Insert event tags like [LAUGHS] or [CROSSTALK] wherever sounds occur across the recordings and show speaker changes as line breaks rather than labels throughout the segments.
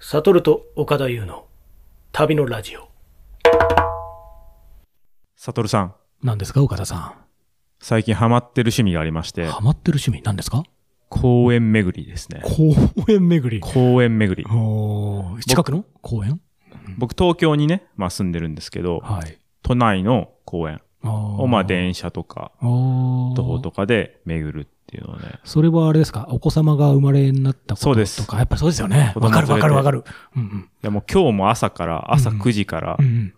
悟ると岡田優の旅のラジオ。
サトルさん、
何ですか、岡田さ
最近ハマってる趣味がありまして
ん。、ハマってる趣味、何ですか
公園巡りですね。
公園巡り。
公園巡り。
おー近くの公園
僕東京にね、まあ住んでるんですけど、
はい。
都内の公園
あ
を
お
まあ電車とか、
お
徒歩とかで巡るっていうのをね、
それはあれですかお子様が生まれになったこと
そうです
とか、やっぱそうですよね。
子供
わかるわかるわ
連
か
れ
る。うん
いやもう今日も朝から、朝
うん
9時から
うん。う、ん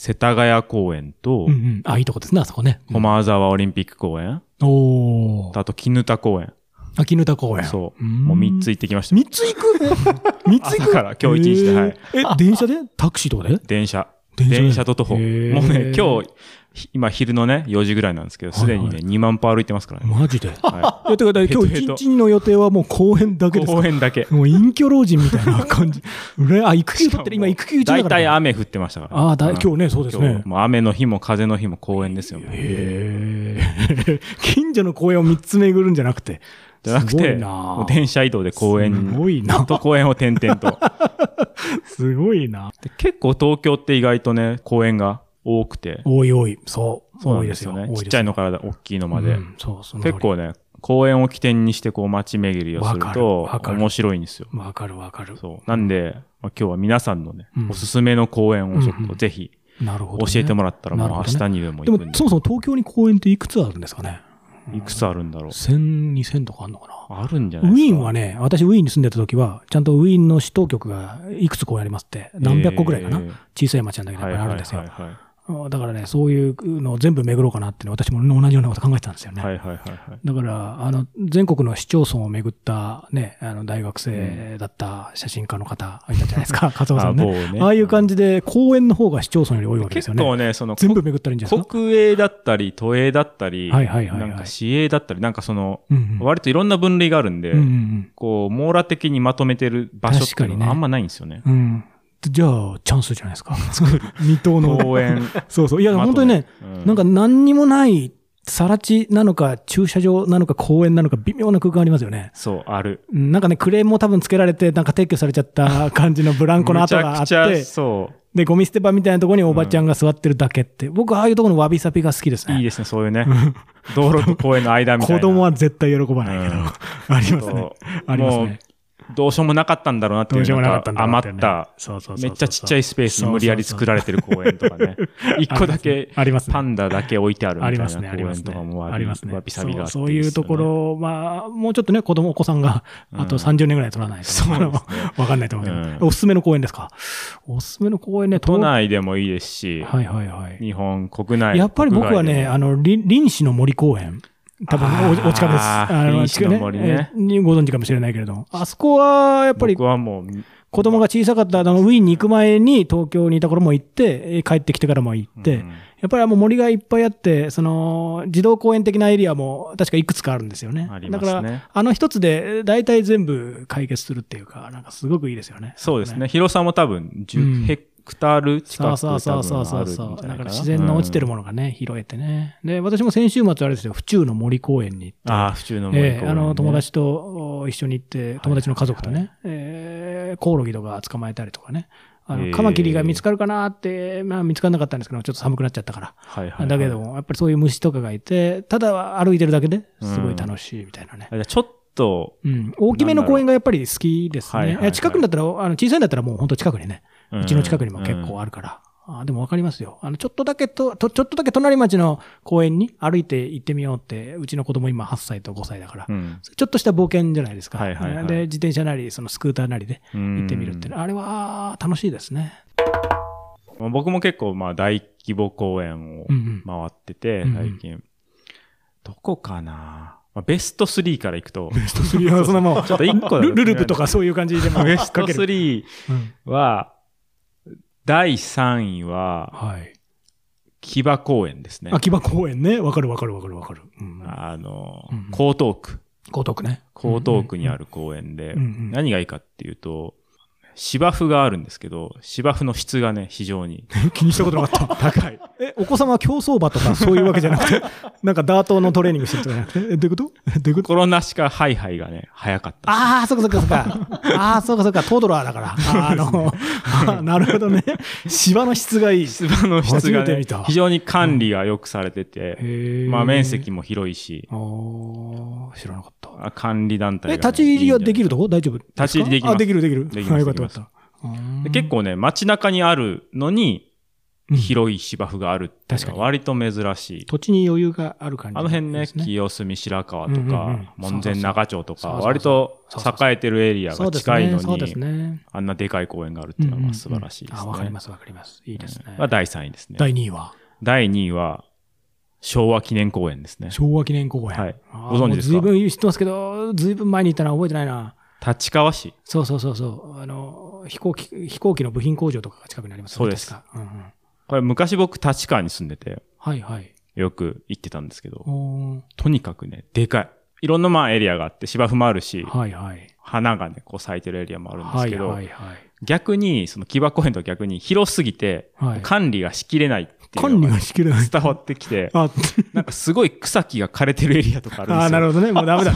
世田谷公園
うん。う、
と
んうん。あ、いいとこですね、あそこね。うん
駒沢オリンピック公園、
おー
あと絹田公園、
秋ぬた公園。
そう、
ん
もう3つ行ってきました。
三つ行く三つ行
朝
く
から今日一日ではい。
えーえ、電車でタクシーとかで
電車。
電車で
電車と徒歩。
へ
もう
ー
ね、今日、ひ今昼のね、4時ぐらいなんですけど、すでに
はい
ね、2万歩歩いてますからね。
マジで。 [LAUGHS]
はい
え、てか、だから今日
ヘトヘト
一日の予定はもう公園だけですか
公園だけ。
もう隠居老人みたいな感
[LAUGHS]
じ。うらあ、育休取ってる。今、育休中だ
大
から。
体雨降ってましたから。
ああ、だい今
日
日ね、そうですね。
もう雨の日も風の日も公園ですよ。
へえ。近所の公園を3つ巡るんじゃなくて。
じゃなく
すごい
て、
な
もう電車移動で公園
すごいな
と公園を転
[LAUGHS]
々と。
すごいな。
で結構東京って意外とね、公園が多くて。
おいおい、そう。
そうな
多
ん
い
で
ですす
よ
よ。
ね。
多
ちっちゃい
の
のから大きいのまで。
うんそう、その通り
結。構ね、公園を起点にしてこう街巡りをすると
わかるわかる
面白いんですよ。
わかるわかる。
そう。なんで、まあ、今日は皆さんのね、
うん
おすすめの公園をちょ
う
っ
んう
と
ん
ぜひ
なるほ
教
どね。
えてもらったら、
なる
もう
ほど
明
ね
日にでも
で
行
も
くん、で。
そもそも東京に公園っていくつあるんですかね。
いくつあるんだろう。
1000、2000とかあるのかな。
あるんじゃない
ウ
ですか。
ィーンはね、私、ウィーンに住んでた時は、ちゃんとウィーンの市当局がいくつこうやりますって、何百個ぐらいかな、
えー
小さい町なんだけど、やっぱりあるんですよ、
はいはい
あだからね、そういうのを全部巡ろうかなっていうの私も同じようなこと考えてたんですよね。
はいはいはいはいはい。
だからあの、全国の市町村を巡った、ね、あの大学生だった写真家の方、いたじゃないですか、勝尾さんね。
某
ああいう感じで、公園の方が市町村より多いわけです
結
よね。
構ね、その、
全部巡ったらいいんじゃないですか。
国営だったり、都営だったり、
はいはいはいはい
なんか市営だったり、なんかその、
うんうん
割といろんな分類があるんで、
うんうん
こう、網羅的にまとめてる場所っていう
確かに
の
ね
があんまないんですよね。
うんうんじゃあ、チャンスじゃないですか。未踏の。
公園。
そうそう。いや、
まとめ
本当にね、
うん
なんか何にもない、さら地なのか、駐車場なのか、公園なのか、微妙な空間ありますよね。
そう、ある。
うんなんかね、クレームも多分つけられて、なんか撤去されちゃった感じのブランコの跡があ
め
っ
ちゃくち
て
ゃ、、そう。
で、ゴミ捨て場みたいなところにおばちゃんが座ってるだけって、僕、ああいうところのわびさびが好きですね。
いいですね、そういうね。道路と公園の間みたい
子
な。
供は絶対喜ばないけど、
うん
[LAUGHS] ありますね。あります
も
ね。
う、どうしようもなかったんだろうなって
ど
いうう。
しようもなかったんだろうな
余
てね
った。
そうそうそうそう
めっちゃちっちゃいスペースに無理やり作られてる公園とかね。 [LAUGHS] 一個だけ、
ありますね
パンダだけ置いてあるみた
あ
い
り
な
ますね、あり
公
ま
園
す
と
ね。
かもわ
あ
び
りますね。
わびさびがあって
そうそういうとこ
いい
ろ、まあ、もうちょっとね、子供、お子さんが、あと
うん
30年ぐらい取らないと。
そうですね
わかんないと思うけど、
うん
おすすめの公園ですか。おすすめの公園ね、
ですよね。都
東
内でもいいですし、
はいはいはい。
日本国内。
やっぱり僕はね、あの、り林市の森公園。多分
あー
おお近くです。
林市の森ね
近くえーご存知かもしれないけれども。あそこは、やっぱ
国外でも、
り
僕はもう、
子供が小さかった、あの、ウィーンに行く前に東京にいた頃も行って、えー帰ってきてからも行って、
うん
やっぱりもう森がいっぱいあって、その、児童公園的なエリアも確かいくつかあるんですよね。
ありますね
だから、あの一つで大体全部解決するっていうか、なんかすごくいいですよね。
そうですね。広さも多分、
うん
10ヘクタール近く
そ
多
うそうそうそう
分
そ
あ
う
るんじゃ
そう。
な
だか
いからな。
自然の落ちてるものがね、拾えてね。で、私も先週末あれですよ、府中の森公園に行って。
ああ、府中の森公園
え
ね
えあの友達とお一緒に行って、友達の家族とね、ええコオロギとか捕まえたりとかね、あ
ええ
のカマキリが見つかるかなって、まあ、見つからなかったんですけど、ちょっと寒くなっちゃったから、
はいはいはい
だけども、やっぱりそういう虫とかがいて、ただ歩いてるだけですごい楽しいみたいなね
あ。じゃあちょっと、
うん、大きめの公園がやっぱり好きです
なんだ
ね。
ろうはいはいはい
え近くんだったら、あの小さいんだったらもう本当近くにね、うちの近くにも結構
あ
あるから。あでも分かりますよ。あの、ちょっとだけと、と、ちょっとだけ隣町の公園に歩いて行ってみようって、うちの子供今8歳と5歳だから、
うん
ちょっとした冒険じゃないですか。
はいはいはい
で、自転車なり、そのスクーターなりで
行
行ってみるって、あれはあー楽しいですね。
まあ僕も結構まあ大規模公演を
うんうん。
回ってて、
うんうん
最近。どこかな、まあ、ベスト3から行くと、
ベスト3はその
[LAUGHS]
まま、
ちょっと一個だ
ルルルブとかそういう感じでも
ベスト
かける。
3
うん
は、第3位は、
はい。
木場公園ですね。
秋葉公園ね。わかるわかるわかるわかる。うん。
あの、
うんうん
江東区。
江東区ね。
江東区にある公園で、
うんうん
何がいいかっていうと、芝生があるんですけど、芝生の質がね、非常に
気にしたことなか [LAUGHS] った。
高い。
え、お子様は競走馬とかそういうわけじゃなくて、 [LAUGHS] なんかダートのトレーニングしてるとかじゃなくて、え、どういうことえどういうこと
コロナしかハイハイがね、早かった。
ああ、そっかそっかそっか。ああ、そっ [LAUGHS] かそっか。トドラーだから。あーあの、あーなるほどね。芝の質がいい。へ
芝の質が
初めて
ね
見た、
非常に管理がよくされてて、
え
まあ面。積も広いし、
ああ、知らなかった。
あ管理団体
え、
がね、
立ち入りはでき
る
るとこ大丈夫ですか
立ち入りできます
あ、できるできる。
できます
あよかった
で
よ
き
かった。うーん
結、構ね、街中にあるのに、
うん
広い芝生があるっていう
確か
の
に
は割と珍しい。
土地に余裕がある感じ、
あの辺ね、清澄白河とか、
うんうんうん
門前仲町とか、
そうそうそう
割と
そうそうそう
栄えてるエリア
そう
が
ですね
近いの
そうです
に、
ね。
あんなでかい公園があるっていうのはまあ素晴らしいですね。
あ、わかりますわかります。いいですね。
は第3位ですね。
第2位は、
第2位は、昭和記念公園ですね。
昭和記念公園。
はい
あー
ご存知ですか
もう随分知ってますけど、随分前に行ったのは覚えてないな。
立川市。
そうそうそうそう。あの、飛行機、飛行機の部品工場とかが近くにありますよね
そうです
確かうんうん
これ昔僕立川に住んでて、
はいはい。
よく行ってたんですけど、
おー
とにかくね、でかい。いろんなまあエリアがあって、芝生もあるし、
はいはい。
花がね、こう咲いてるエリアもあるんです
はい
けど、
はいはい。
逆に、その木場公園と逆に広すぎて、
はい
管理がしきれないっていう
管
の
理
が
がしきれない。
伝わってきて、
あ、
なんかすごい草木が枯れてるエリアとかあるんですよ。
あーなる
ほ
ほどね。もうダメ
[LAUGHS]
だ。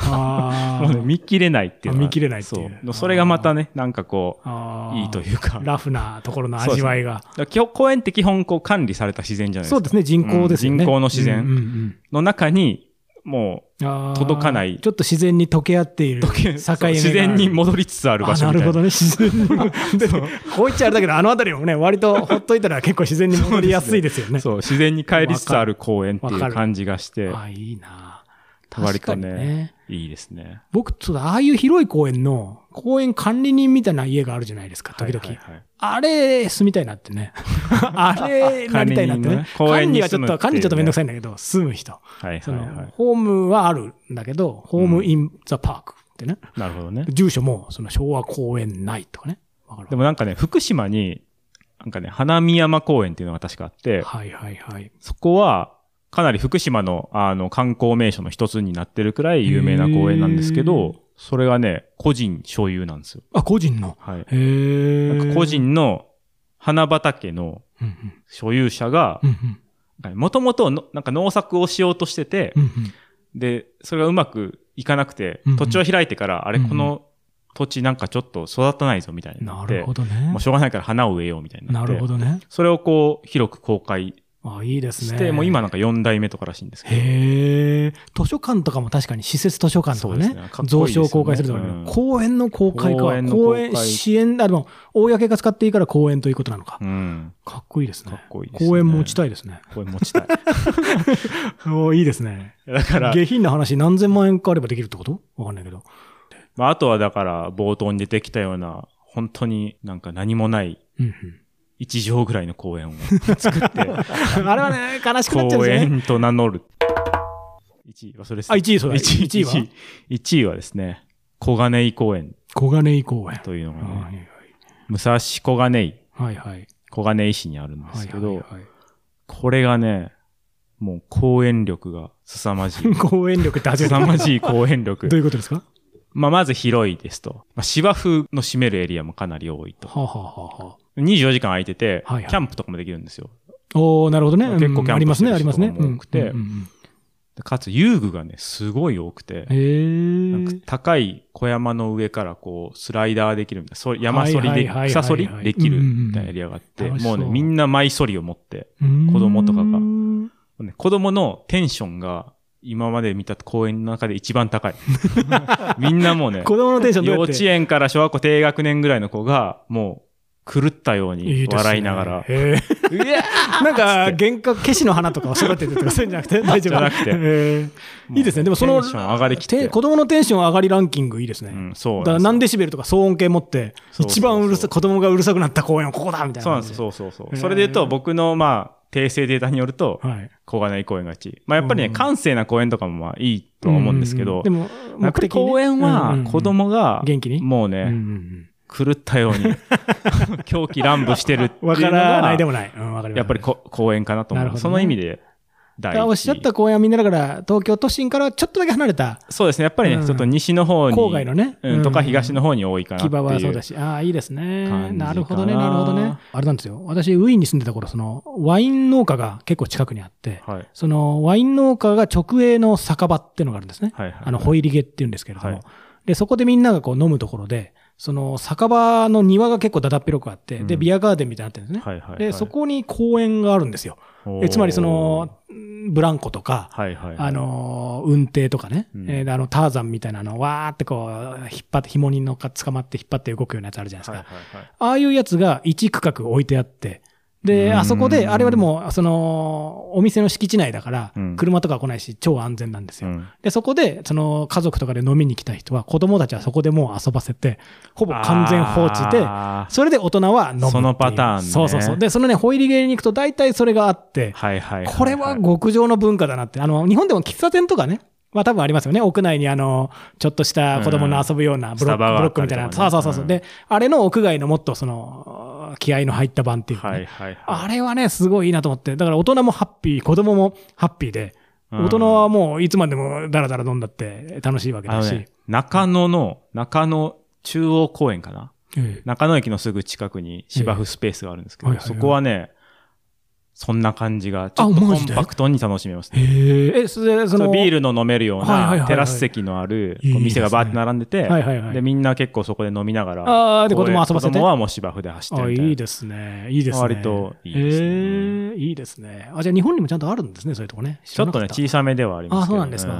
あ
もうね、見切れないっていうのは
見切れないっていう
そう。それがまたね、なんかこ
あ
う、。いいと
う。
いうか。
ラフなところの味わいが。
だから公園って基本こう管理された自然じゃないですか。
そうですね。人工ですよね。
うん人工の自然
うんうん
の中に、も
うんあー
届かない
ちょっと自然に溶け合っている。
う、
境目がある
自然に戻りつつある場所
あ
み
な
た
るほど
いな。
ね、自然に。でこう言っちゃあれだけど、あの辺りもね、割とほっといたら結構自然に戻りやすいですよね。
そう、自然に帰りつつある公園ってい
わか
う
る
感じがして、
あ、いいな確
割
か
と
に
ね
ね。
いいですね。
僕、そうだ、ああいう広い公園の、公園管理人みたいな家があるじゃないですか、時々。
はいはいはい
あれ、住みたいなって
[LAUGHS]
ね。あれ、なりたいなってね。
管
管
理人のね
理はちょっと、管理ちょっとめんどく
い。
さいんだけど、住む人。
はい
そ
はい
の、
は
ホームはあるんだけど、ホームインザパークってね。
い。なるほどね。
住所も、その昭和公園内とかね。わかる
でもなんかね、福島に、なんかね、花見山公園っていうのが確かあって、
はいはいはい。
そこは、かなり福島の、あの、観光名所の一つになってるくらい有名な公園なんですけ
へー
ど、それがね、個人所有なんですよ。
あ、個人の。
はい。
へえ。
なんか個。人の花畑の
うんうん。
所有者が
う、んうん。
もともとなんか農作をしようとしてて、
うんうん。
で、それがうまくいかなくて
うんうん、
土地を開いてから、あれ、
うんうん
この土地なんかちょっと育たないぞみたいにな
な
っ
る
て
ほ、どね
もう。しょうがないから花を植えようみたいにな
な
って
るほ、どね。
それをこう、広く公開
あ、いいです
し
ね。
て、もう今なんか4代目とからしいんですけど、
へえ。図書館とかも確かに施設図書館とか
そうで
ね。
すねかっこいいです
蔵書
よね
を公開するとかね、
うん
公園の公開か。公
公
園
園の公開
支援、あ、でも、公が使っていいから公園ということなのか。
うん。
かっこいいですね。
かっこいいですね
公園持ちたいです
[LAUGHS]
ね。
これ持ちたい。
おーいいですね。
だから、
下品な話何千万円かあればできるってことわかんないけど。
まあ、あとはだから、冒頭に出てきたような、本当になんか何もない、
うんうん
1畳ぐらいの公園を作って、
あ
[LAUGHS]
れはね、悲しくなっちゃうんです
公
よね。
園と名乗る。1位はそれです。
あ一位そうだ
一
一位は
一一位はですね、小金井公園
小金井公園。
というのが
は
ね、
い
武蔵小金井、
はいはい。
小金井市にあるんで
は
す
い
け
は
ど、
いはい。。
これがね、もう公園力が凄まじい
公園力って初めて
[LAUGHS] 凄まじい公園力
どう。いうことですか
まあ、まず広いですと。まあ、芝生の占めるエリアもかなり多いと。
はあ、はあはあは
24時間空いてて、
はいはい
キャンプとかもできるんですよ。
あ、おーなるほどね。
結構
うん
キャンプ
ありますね、あ
して
り
る
ますね。
人とかも多くて
うんうんうん
でかつ遊具がね、すごい多くて、なん
へ
か
え。
高い小山の上からこう、スライダーできるみたいな、そり山そり
はいはいはい
で
はいはい、
草そりできるみたいなエリアがあって、
うんうんうん
もうね、
楽しそう
みんなマイソリを持って、
子
子供とかが
な
ね子供のテンションが今まで見た公園の中で一番高い。
[LAUGHS]
みんなもうね、
子供のテンションどう
幼
やって
稚園から小学校低学年ぐらいの子が、もう、狂ったように笑いながら、
いですねへえなんか、原価、ケシの花とかを育ててるとか、そういうんじゃなくて、大丈夫
[LAUGHS] じゃなくて
へえいいですね。でも、そ
テ
の、
ンション上がりきって
て子供のテンション上がりランキングいいですね。
うん、そう
だから
なんですよ
何デシベルとか騒音計持って、
そうそうそう
一番うるさ、子供がうるさくなった公園はここだみたいな。
そうなんですよ、そうそうそ
へー
う。それで言うと、僕の、まあ、訂正データによると、
はい。
小金井公園が1位。まあ、やっぱり
う
ね、
ん
感性な公園とかもまあいいとは思うんですけど、
うんうんうんでも、
やっぱ
目的
り
ね
公園は子、供が、
元気に
も
う
う
んうんうんう
ね、
んうん
狂ったよう
[LAUGHS]
に、狂気乱舞してるっていう
わ
の
からないで
が、
もない。うん、わかります
やっぱりこ公園かなと
なる
思
ほ
う。
どね
その意味で、第
おっしゃった公園はみんなだから、東京都心からちょっとだけ離れた
そうですね。やっぱりね、
うん
ちょっと西の方に。
郊外のね
うん、と
う
か
ん
東の方に多いかなって
木
い
場
う。
はそうだし、ああ、いいですね。
感じかな
なるほどね、なるほどね。あれなんですよ。私、ウィーンに住んでた頃、その、ワイン農家が結構近くにあって、
はい。
その、ワイン農家が直営の酒場っていうのがあるんですね。
はいはい
あの、ホイリゲっていうんですけれども、
はい
で、そこでみんながこう飲むところで、その、酒場の庭が結構だだっ広くあって、で、
うん
ビアガーデンみたいになってるんですね。
はいはいはい
で、そこに公園があるんですよ。
お
で
ー
つまり、その、ブランコとか、
はいはい。
あ、のー、運転とかね、
うん
えーあの、ターザンみたいなの、わーってこう、引っ張って、紐に乗っか、捕まって引っ張って動くようなやつあるじゃないです
は
か。
いはいはい。
ああいうやつが一区画置いてあって、で、
うん
あそこで、あれはでも、その、お店の敷地内だから
うん、
車とか来ないし、超安全なんです
う
よ。
ん
で、そこで、その、家族とかで飲みに来た人は、子供たちはそこでもう遊ばせて、ほぼ完全放置で、
あー
それで大人は飲むっていう。
そのパターンね
そうそうそう。で、そのね、ホイリゲーに行くと大体それがあって、
はいはいいい。
これは極上の文化だなって。あの、日本でも喫茶店とかね。まあ多分ありますよね。屋内にあの、ちょっとした子供の遊ぶようなブロッ
スタ
ク,、
バが
ブ
あ
ロッ
った
ク
り
みた
とか
い
ね
な。そうそうそうそう、
うん
で、あれの屋外のもっとその、気合の入った版っていうかね、
はいはいはい。
あれはね、すごいいいなと思って。だから大人もハッピー、子供もハッピーで、
うん
大人はもういつまでもダラダラ飲んだって楽しいわけ
あ
だ
の
し。
ね、中野の、中野中央公園かな
ええ
中野駅のすぐ近くに芝生スペースがあるんですけど、
ええはいはい
そ
はい
こはね、そんな感じが、ちょっとコ
マ
ン
ジで
パクトに楽しめますね。
へええ、それでそ
そ
の、
うビールの飲めるよう
はいはいはいは
ないテラス席のある
いいです
こう
ね
店がバーって並んでて、
はいはいはい
で、みんな結構そこで飲みながら、
あーで
こう
子供遊ばせて
子供はもう芝生で走って
あ
るみたい
い
ない
ですね。いいですね。
割といいですね
えーいいですね。あ、じゃあ日本にもちゃんとあるんですね、そういうとこね。知
ち
ら
ょっ
な
と
か
ね、
た
小さめではありますけ
あそ
ど、
うなんですか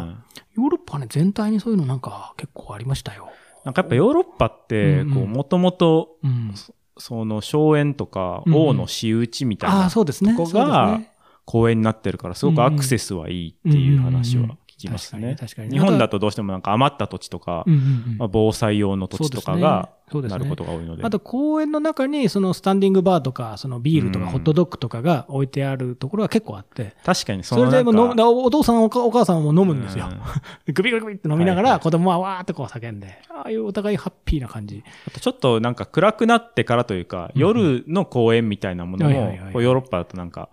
ヨーロッパはね、全体にそういうのなんか結構ありましたよ。
なんかやっぱヨーロッパって、
うんうん
こう、もともと、
うん。
その、荘園とか、
うんうん
王の仕打ちみたい
ああ、
な
そうですね。
ここ
そ
が
うですね
公園になってるから、すごくアクセスはいいっていう話は聞きます
うんうんうん
ね。
確かに確かに
日本だとどうしてもなんか余った土地とか、
うんうんうん
まあ、防災用の土地とかが、
そうです
な
ね
ることが多いので。
あと公園の中に、そのスタンディングバーとか、そのビールと
う
か
ん
ホットドッグとかが置いてあるところが結構あって、
確かにそ
それ
のな
で
んか
もう飲むだお父さんおかお母さんも飲むんですよ
うん。
グビグビグビって飲みなが
はいは
ら
い
子供はわーってこう叫んで、ああいうお互いハッピーな感じ。
あとちょっとなんか暗くなってからというか、
うん
夜の公園みたいなもの
はいはいはいは
も
い、
こうヨーロッパだとなんか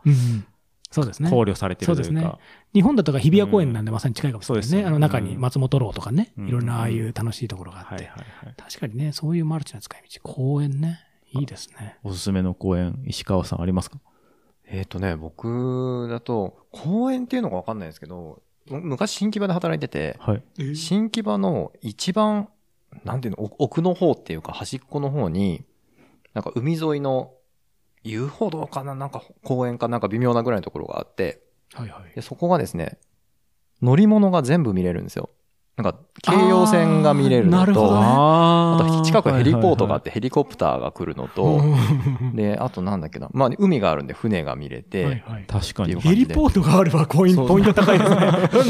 そうですね。
考慮されてるとい
そう
う
です
か
ね。日本だとか日比谷公園なんでまさに近いかもしれないですね。
うん
あの中に松本楼とかね、
うん
いろんなああいう楽しいところがあって。
はいはいはい。
確かにね、そういうマルチな使い道、公園ね、いいですね。
おすすめの公園、石川さんありますか
えっ、とね、僕だと、公園っていうのがわかんないんですけど、む昔新木場で働いてて、
はい。
新木場の一番、なんていうの、お奥の方っていうか端っこの方に、なんか海沿いの遊歩道かななんか公園かなんか微妙なぐらいのところがあって、
はいはい。
でそこがですね、乗り物が全部見れるんですよ。なんか、京葉線が見れる
あーな
の
るほ
と、
どね
あ
あ
と近くヘリポートがあ
っ、
っててヘリコプターが来るの
[LAUGHS]
と、
うん
で、あとなんだっけな、まあ海があるんで船が見れて、
はいはい
確かに。
ってい
ヘ
う
リポートがあればコイン、
そう
ポイント高いですね。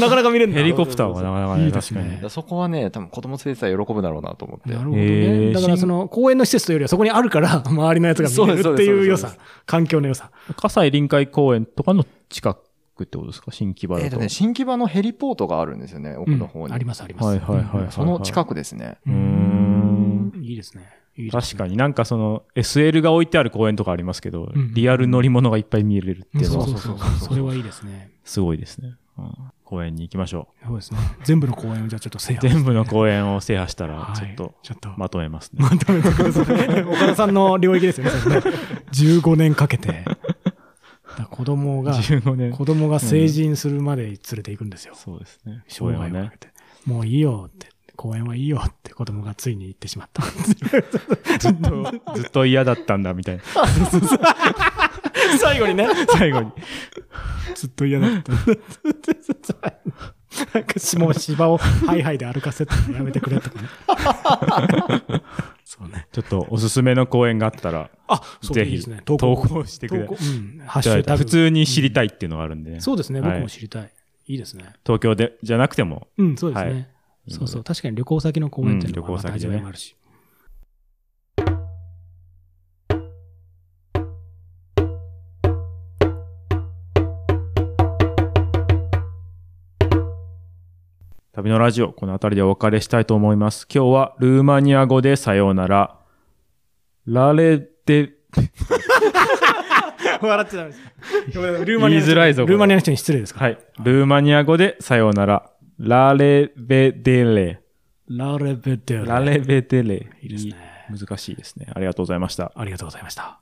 [LAUGHS] なかなか見れるんだ。
ヘリコプターはなかなかね
いいで
確
す
か
ね
に。
でそこはね、多分子供連れてたら喜ぶだろうなと思って。
なるほど
へ
ね。
ー
だからその公園の施設というよりはそこにあるから周りのやつが見れるっていう良
そうですそうですそう
さ
で、
環境の良さ。
葛西臨海公園とかの近くってことですか新木場だと。
えっ、とね、新木場のヘリポートがあるんですよね、奥の方
うん
に。
ありますあります。
はいはいはいはい。
その近
く。
くですね。
うー
うん
ん。
いいですね。いいですね
確かになんかその SL が置いてある公園とかありますけど、
うん
リアル乗り物がいっぱい見れるっていうの
そ
は
うそうそうそう。それはいいですね。
すごいですね。うん公園に行きましょ
そうですね。全部の公園をじゃあちょっと制
う。 [LAUGHS]
覇。
全部の公園を制覇したら
は、い
ちょっと
ちょっと。
まとめますね
ま。とめてください。 [LAUGHS] 岡田さんの領域ですよね。それね15年かけて。だから子供
[LAUGHS]
が、
15年。
子供が成人するまで連れて行くんですよ。
そうですね。
生
公園は
涯をか
ね。
けて。もういいよって。公園はいいよって子供がついに言ってしまった。
ずっと、ず [LAUGHS] っと嫌だったんだみたいな。
[LAUGHS] 最後にね。
最後に。
ずっと嫌だった。なんかしもう芝をハイハイで歩かせてやめてくれとかね。そうね。
ちょっとおすすめの公園があったら、
あ、そう
ぜ
いい
ひ
ですね。
投稿してくれ
投稿うん。ハッシュタグ。
普通に知りたいっていうのがあるんでね。
そうですね。
はい
僕も知りたい。いいですね。
東京で、じゃなくても。
うん、そうです
は
ね。そうそう。確かに旅行先の公園っていうの
う
が
ん
また味わいもある
[LAUGHS]
し。
旅のラジオ、この辺りでお別れしたいと思います。今日はルーマニア語でさようなら。ラレデ、
笑っちゃダメです。 [LAUGHS] ル
言いづらいぞこれ
ルーマニアの人に失礼ですか
はい。ルーマニア語でさようなら。ラレベデレ。
ラレベデル。
ラレベデレ。
いいですね
難しいですね。ありがとうございました。
ありがとうございました。